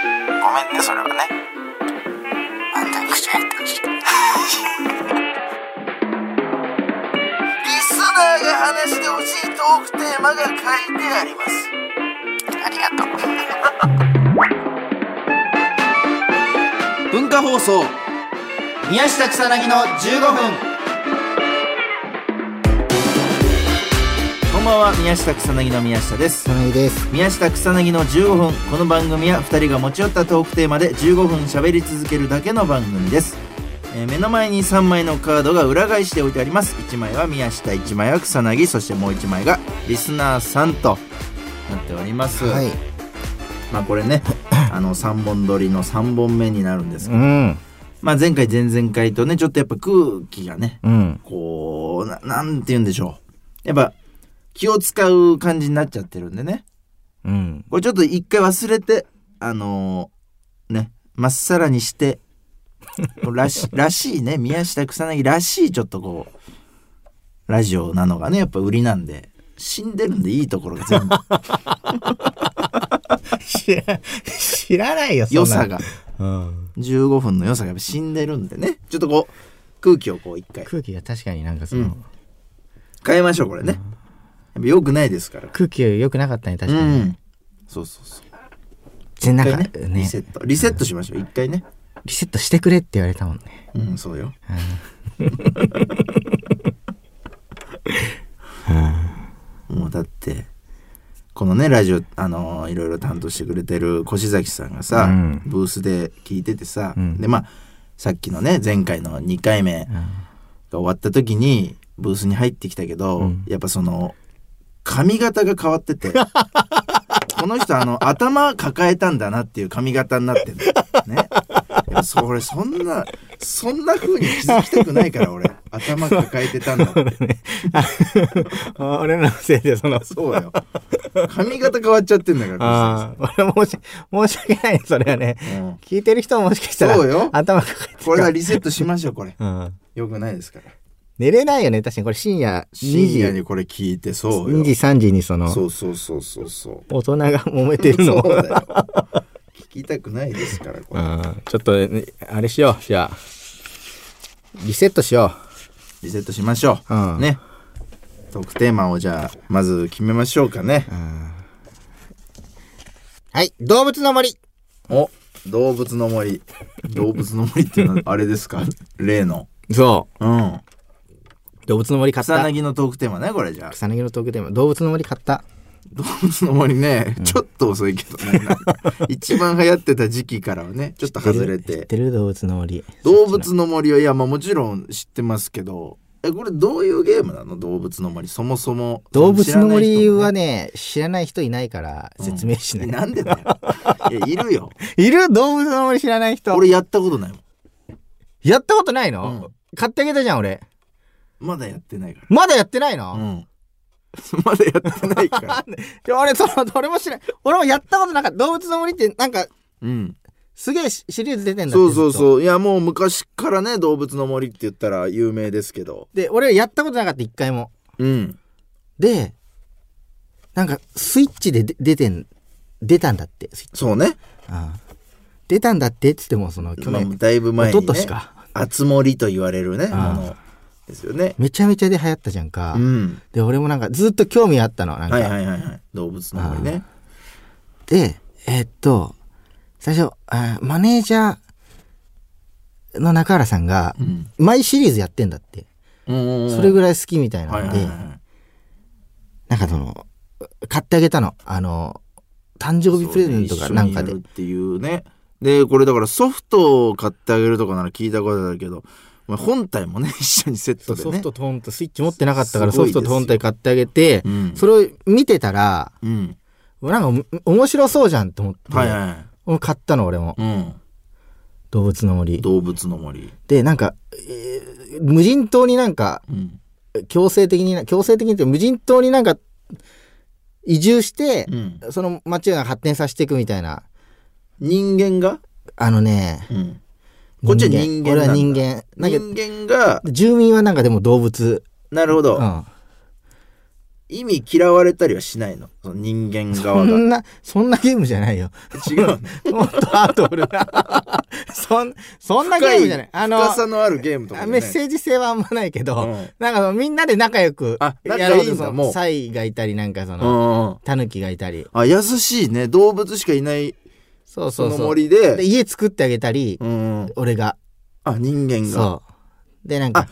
んねそれはねあんたに口入ってほしいリスナーが話してほしいトークテーマが書いてありますありがとう文化放送宮下草薙の15分こんばんは宮下草薙の宮下です草薙です宮下草薙の15分この番組は2人が持ち寄ったトークテーマで15分喋り続けるだけの番組です、えー目の前に3枚のカードが裏返しておいてあります1枚は宮下1枚は草薙そしてもう1枚がリスナーさんとなっております、はいまあこれ ねあの3本撮りの3本目になるんですけどうんまあ前回前々回とね、ちょっとやっぱ空気がね、うんこう、ななんて言うんでしょう。やっぱ気を使う感じになっちゃってるんでね。うんこれちょっと一回忘れて、あのーね、まっさらにして、ら し、らしいね、宮下草薙らしいちょっとこう、ラジオなのがね、やっぱ売りなんで、死んでるんでいいところが全部、知ら知らないよそんな良さが、うん15分の良さがやっぱ死んでるんでね、ちょっとこう、空気をこう一回空気が確かになんかその、うん変えましょう、これね。やっぱ良くないですから。空気が良くなかったね確かうに、ん、そうそうそうでなん一か回ねねリセットリセットしましょう一回ねリセットしてくれって言われたもんねうんそうよもうだってこのねラジオあのーいろいろ担当してくれてる越崎さんがさ、うんブースで聞いててさ、うんでまあさっきのね前回の2回目が終わった時にブースに入ってきたけど、うんやっぱその髪型が変わっててこの人あの頭抱えたんだなっていう髪型になってるねいやそれそんなそんな風に気づきたくないから俺頭抱えてたんだってあ 俺らのせいで そのそうよ髪型変わっちゃってんだからああ俺申し申し訳ないそれはね藤崎さんうん聞いてる人ももしかしたらそうよ頭抱えてるこれはリセットしましょうこれうん、よくないですから寝れないよね確かにこれ深夜2深時夜にこれ聞いてそう2よ時3時にそのそうそうそうそうそう大人が揉めてるのそ うをだよ聞きたくないですからこうれんちょっとね、あれしよう。じゃあ、リセットしよリセットしましょう、うんねトークテーマをじゃあまず決めましょうかね、う。はい、動物の森。お動物の森動物の森っていうのはあれですか例のそうんう。動物の森買っ草た。薙のトークテーマねこれじゃあ草薙のトークテーマ、動物の森買った。動物の森ね、ちょっと遅いけどねなんか 一番流行ってた時期からはねちょっと外れ知っててる動物の森。動物の森はいやまあもちろん知ってますけどえこれどういうゲームなの動物の森そもそも動物の森はねね、知らない人いないから説明しない。なんでだ よいやいるよいる動物の森知らない人。俺やったことないもんやったことないうんの、買ってあげたじゃん、俺。まだやってないかまだやってないの、らうんまだやってないからいや俺、その、俺も知らない。俺もやったことなかった。動物の森って、なんか、うんすげえシリーズ出てんだってそうそうう。そういやもう昔からね動物の森って言ったら有名ですけどで、俺やったことなかった、一回も。うんでなんかスイッチでで出てん出たんだってスイッチそうね出たんだってっつってもその去まあ年、だいぶ前一に、昨ね年、かあつ森と言われるねもああのですよねめちゃめちゃで流行ったじゃんか、うんで俺もなんかずっと興味あったのなんか、はいはいはいはい動物の森ねでえーっと最初あーマネージャーの中原さんがうん毎シリーズやってんだってそれぐらい好きみたいなはいのはいで、はいはいなんかその買ってあげたのあの誕生日プレゼントそかうねなんか一緒にでやるっていうねでこれだからソフトを買ってあげるとかなら聞いたことあるけどまあ本体もね 一緒にセッそトうでソねフトと本体スイッチ持ってなかったからすごソいでフすよトと本体買ってあげて、うんそれを見てたらうんなんかお面白そうじゃんって思って、はいはい俺買ったの俺もうん動物の森動物の森でなんか、えー無人島になんかうん強制的にな強制的にって無人島になんか移住して、うんその町をなんか発展させていくみたいな人間があのねうんこっちは人間なんだ俺は人間なんか人間が住民はなんかでも動物なるほど、うん意味嫌われたりはしないのその人間そ側が んな、そんなゲームじゃな いよ。違うもっとアートフルな。 そん、そんなゲ深ームいじゃない。あの、深さのあるゲームとかじゃなメッいセージ性はあんまないけど、うんなんかそのみんなで仲良くあ仲やろいういんだそのもうサイがいたり、なんかそうんの、うんうんタヌキがいたり。あ優しいね動物しかいないそうそそうのそう。森で、で家作ってあげたり、うんうん俺が。あ人間がそう。で、なんか、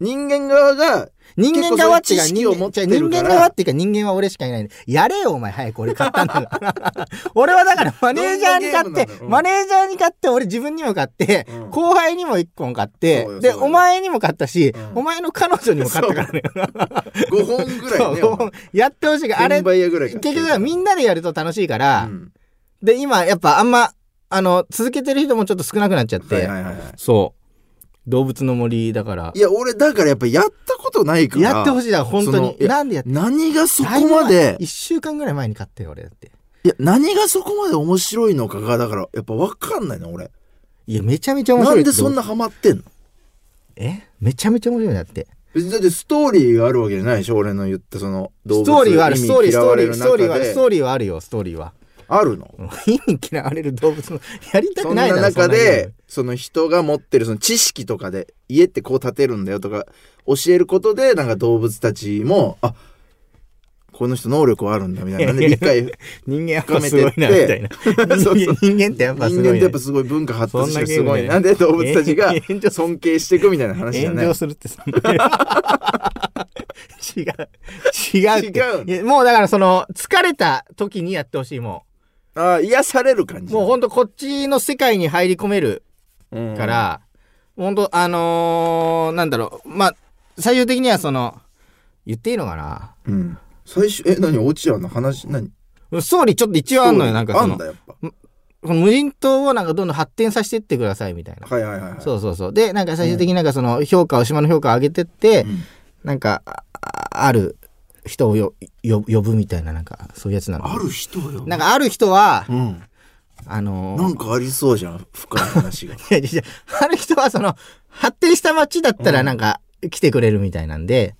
人間側が人間側ってい結構そういうう知識を持かって人間る人から間側っていうか人間は俺しかいないんでやれよお前早く俺買ったんだ から俺はだからマネージャーに買どんっなゲームてなのうんマネージャーに買って俺自分にも買って、うん後輩にも1本買ってそうよでそうよお前にも買ったし、うんお前の彼女にも買ったからね5本ぐらいね そうやってほしいからあれ1倍やぐらい結局だからみんななでやると楽しいから、うんで今やっぱあんまあの続けてる人もちょっと少なくなっちゃって、はいはいはいはいそう動物の森だからいや俺だからやっぱやったことないからやってほしいだから本当そのにいやなんでやって何がそこまで1週間ぐらい前に買ったよ俺だっていや何がそこまで面白いのかがだからやっぱ分かんないの俺いやめちゃめちゃ面な白いんでそんなハマってんのえめちゃめちゃ面白いんだって別にだってストーリーがあるわけじゃないでしょ俺の言ったその動ス物トーリーはあるストー意リー味ス嫌トわーリれーるストーリー中はスでトーリーはあるよストーリーは あるのうん意味嫌われる動物のやりたそくんなないだろ中そんなでゲその人が持ってるその知識とかで家ってこう建てるんだよとか教えることでなんか動物たちもあこの人能力はあるんだ みたいなね理解ーム人間やっぱすごいなみた いなそうそう人間人間ってやっ人ぱす間っごていなやっぱすごい文化発達してすごいなそんんなでゲー動ム物ねたちが 炎上尊敬していくみたいな話じゃ炎ない上するってそんな 違う違うって違うのいやもうだからその疲れた時にやってほしいもああ癒される感うじもうほんとこっちの世界に入り込めるうんから、ほんとあのーなんだろうまあ最終的にはその言っていいのかなうん最初え何落ち合うの話何ストーリーちょっと一応あんのよなんかあそんのだやっぱこの無人島をなんかどんどん発展させてってくださいみたいな、はいはいはいはいそうそうそうでなんか最終的になんかその評価を島の評価を上げてって、うんなんかあある人をよよ呼ぶみたいななんかそういうやつなのある人よなんかある人は、うんあのーなんかありそうじゃん深い話がいやいやいやある人はその発展した町だったらなんか来てくれるみたいなんで、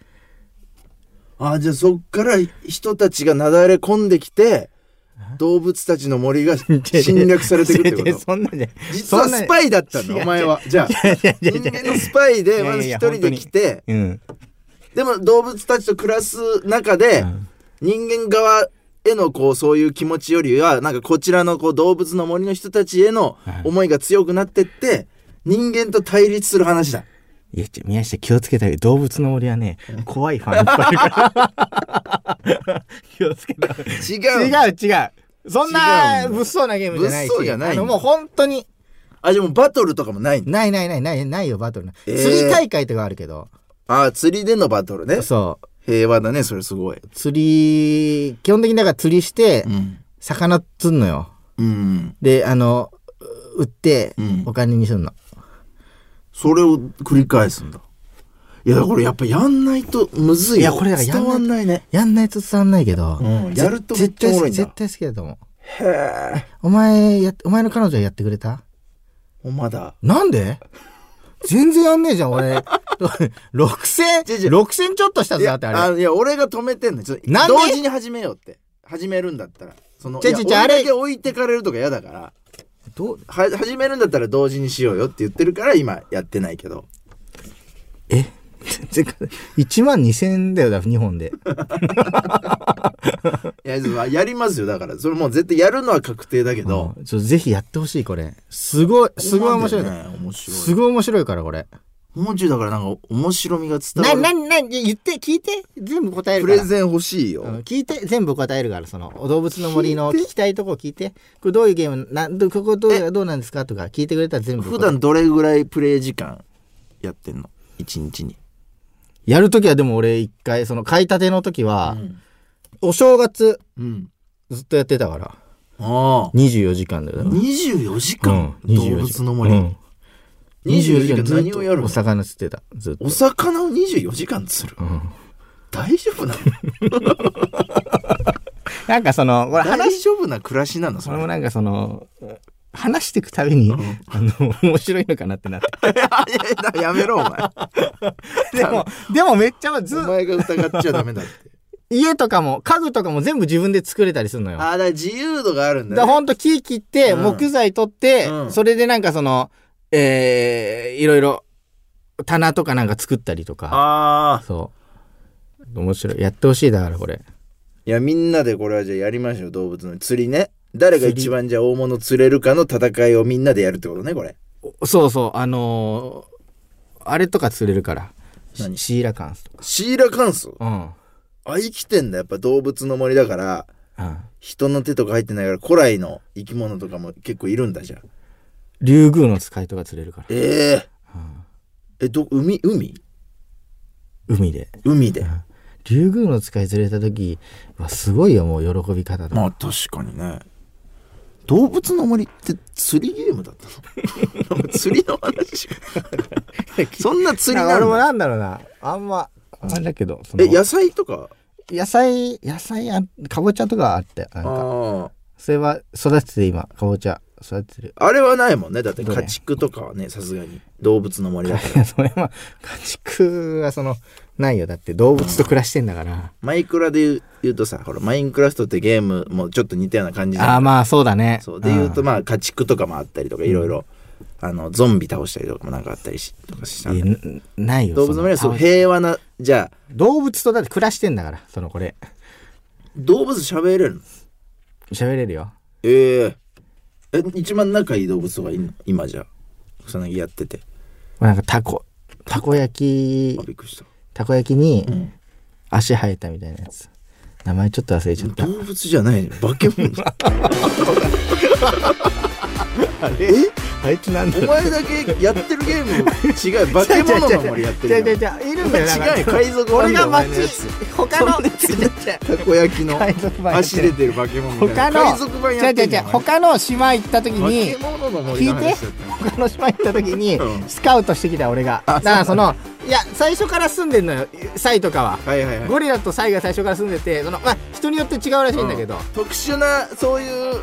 あじゃあそっから人たちがなだれ込んできて動物たちの森 が侵略されていくってこ違う違うと そんなんじゃ実はスパイイだったんだ違うお前はじゃあ違う違人う間のスパイでまずいやい一人やで来てうんでも動物たちと暮らす中でん人間側へのこうそういう気持ちよりはなんかこちらのこう動物の森の人たちへの思いが強くなってって人間と対立する話だいやちょ宮下気をつけたい動物の森はね怖いファンいっぱいいるから 気をつけた違う違う違うそん違なうんだ物騒なゲームじゃないし物騒じゃないんあだのもう本当にあじゃあもうバトルとかもないんだないないないないないよバトルな、えー釣り大会とかあるけどああ釣りでのバトルねそう平和だねそれすごい釣り基本的にだから釣りしてうん魚釣んのようんであの売ってうんお金にするの、それを繰り返すんだいやこれやっぱやんないとむずいよいやこれだからやんない伝わんないねやんないと伝わんないけど、うんぜやるとめっ絶ちゃ対おも好ろきいんだ絶対好きだと思うお前やお前の彼女やってくれたもうまだなんで全然やんねえじゃん俺 6000違う違う6000ちょっとしたいぞだやってあれいや俺が止めてんのちょっとなんで同時に始めようって始めるんだったらそのちょいやちょちょあ俺れだけ置いてかれるとか嫌だからどうは始めるんだったら同時にしようよって言ってるから今やってないけどえ 全然1万2000円だよだ日本でいやそうやりますよだからそれもう絶対やるのは確定だけど、うんちょぜひやってほしいこれすごいすごい面白い、ここなんだよね面白いすごい面白いからこれもうちょいだからなんか面白みが伝わなる。なな言って聞いて全部答えるプからレゼン欲しいよ。うん聞いて全部答えるからその動物の森の聞きたいとこ聞いてこれどういうゲームなんどここどうどうなんですかとか聞いてくれたら全部答え普段どれぐらいプレイ時間やってんの一日に。やるときはでも俺一回その買いたての時は、んお正月うん。ずっとやってたからああ。 24時間だよ、 24時う間、ん動物の森。うん24時間何をやるずっとおの魚釣ってたずっとお魚を24時間釣る、大丈夫なのなんかそのこ れ大話丈夫な暮らしなのそそれれ。もなんかその話していくたびに、あの面白いのかなってなっ てやめろ、お前。でもでもめっちゃずお前が疑っちゃダメだって。家とかも、家具とかも全部自分で作れたりするのよ。ああ、だから自由度があるんだだからね。ほんと木切って、うん木材取って、うんそれでなんかその、えー、いろいろ、棚とかなんか作ったりとか。ああ。そう。面白い。やってほしいだからこれ。いや、みんなでこれはじゃあやりましょう、動物の釣りね。誰が一番じゃあ大物釣れるかの戦いをみんなでやるってことね、これ。おそうそう、あのーあれとか釣れるから。何シシーラカンスとか。シーラカンスうん。あ、生きてんだ。やっぱ動物の森だから、うん。人の手とか入ってないから、古来の生き物とかも結構いるんだじゃん。竜宮の使いとか釣れるから。えええ、ど、海海海で。海で。竜宮の使い釣れた時はすごいよ、もう喜び方とか。あ確かにね。動物の森って釣りゲームだったの 釣りの 話そんな釣りなんかなの俺もなんだろうな。あんま、あれだけど。そのえ、野菜とか野菜、野菜あ、かぼちゃとかあって、なんか。あそれは育てて今、かぼちゃ育ててる。 あ。あれはないもんね。だってどれ家畜とかはね、さすがに。動物の森だから。それは、家畜はその、ないよ。だって動物と暮らしてんだから。マイクラで言う言うとさ、ほら、マインクラフトってゲームもちょっと似たような感じじゃんああ、まあそうだね。そうで言うとんまあ家畜とかもあったりとかいろいろあのゾンビ倒したりとかもなんかあったりしとかしたんいでやなないよ。動物の森はそそのう平和なじゃあ動物とだって暮らしてんだから、そのこれ。動物喋れるの喋れるよ。えええ一番仲いい動物とかいいの今じゃ草薙やっててまあ、なんかタコ、たこ焼あき、びっくりした、たこ焼きにうん、足生えたみたいなやつ。名前ちょっと忘れちゃった。動物じゃない化け物 あいつなんだお前だけやってるゲーム違う化け物の森やってる違う違やんう違ういるんだよ。なんか違うよ海賊版俺だがよお前の街やつ、他の、違う違うたこ焼き違うの海賊版やって足る出てる化け物みた他いなの海賊版やっ違う違てうんの違う他の島行った時に化け物の森の話だったよ他の島行った時にうんスカウトしてきた俺がだからそのいや最初から住んでんのよサイとかははいはいはいゴリラとサイが最初から住んでてそのまあ人によって違うらしいんだけど、うん特殊なそういう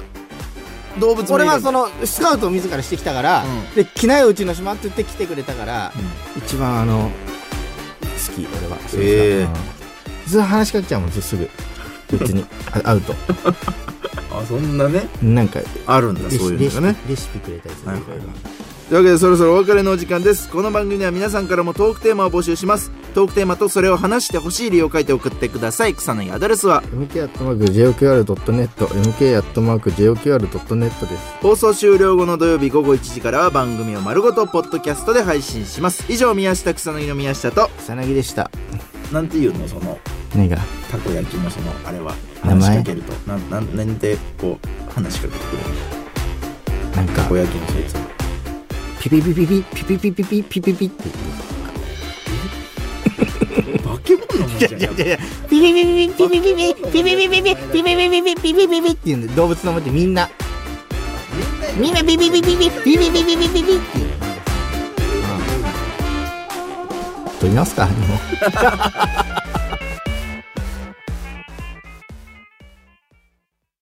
動物もい俺るはそのスカウトを自らしてきたから、うんで着ないうちの島って言って来てくれたから、一番あの好き俺はそれがえうんずっと話しかけちゃうもんずすぐ別にあ会うとあそんなねなんかあるんだレシそういうのがねレシピレシピくれたりするはいいろいろというわけでそろそろお別れのお時間ですこの番組では皆さんからもトークテーマを募集しますトークテーマとそれを話してほしい理由を書いて送ってください草薙アドレスは MK アットマーク JOQR.net MK アットマーク JOQR.net です放送終了後の土曜日午後1時からは番組を丸ごとポッドキャストで配信します以上宮下草薙の宮下と草薙でしたなんていうのその何がたこ焼きのそのあれは名前話しかけるとなんなんなんでこう話しかけてくれるのなんかたこ焼きのそういうやつピピピピピピピピピピピピピって化け物のもんじゃんやっぱやいやピピピピピピピピピピピピピピピピピピピピピピって言うんで動物の文字みんなみんなピピピピピピピピピピピピって言う撮りますかもう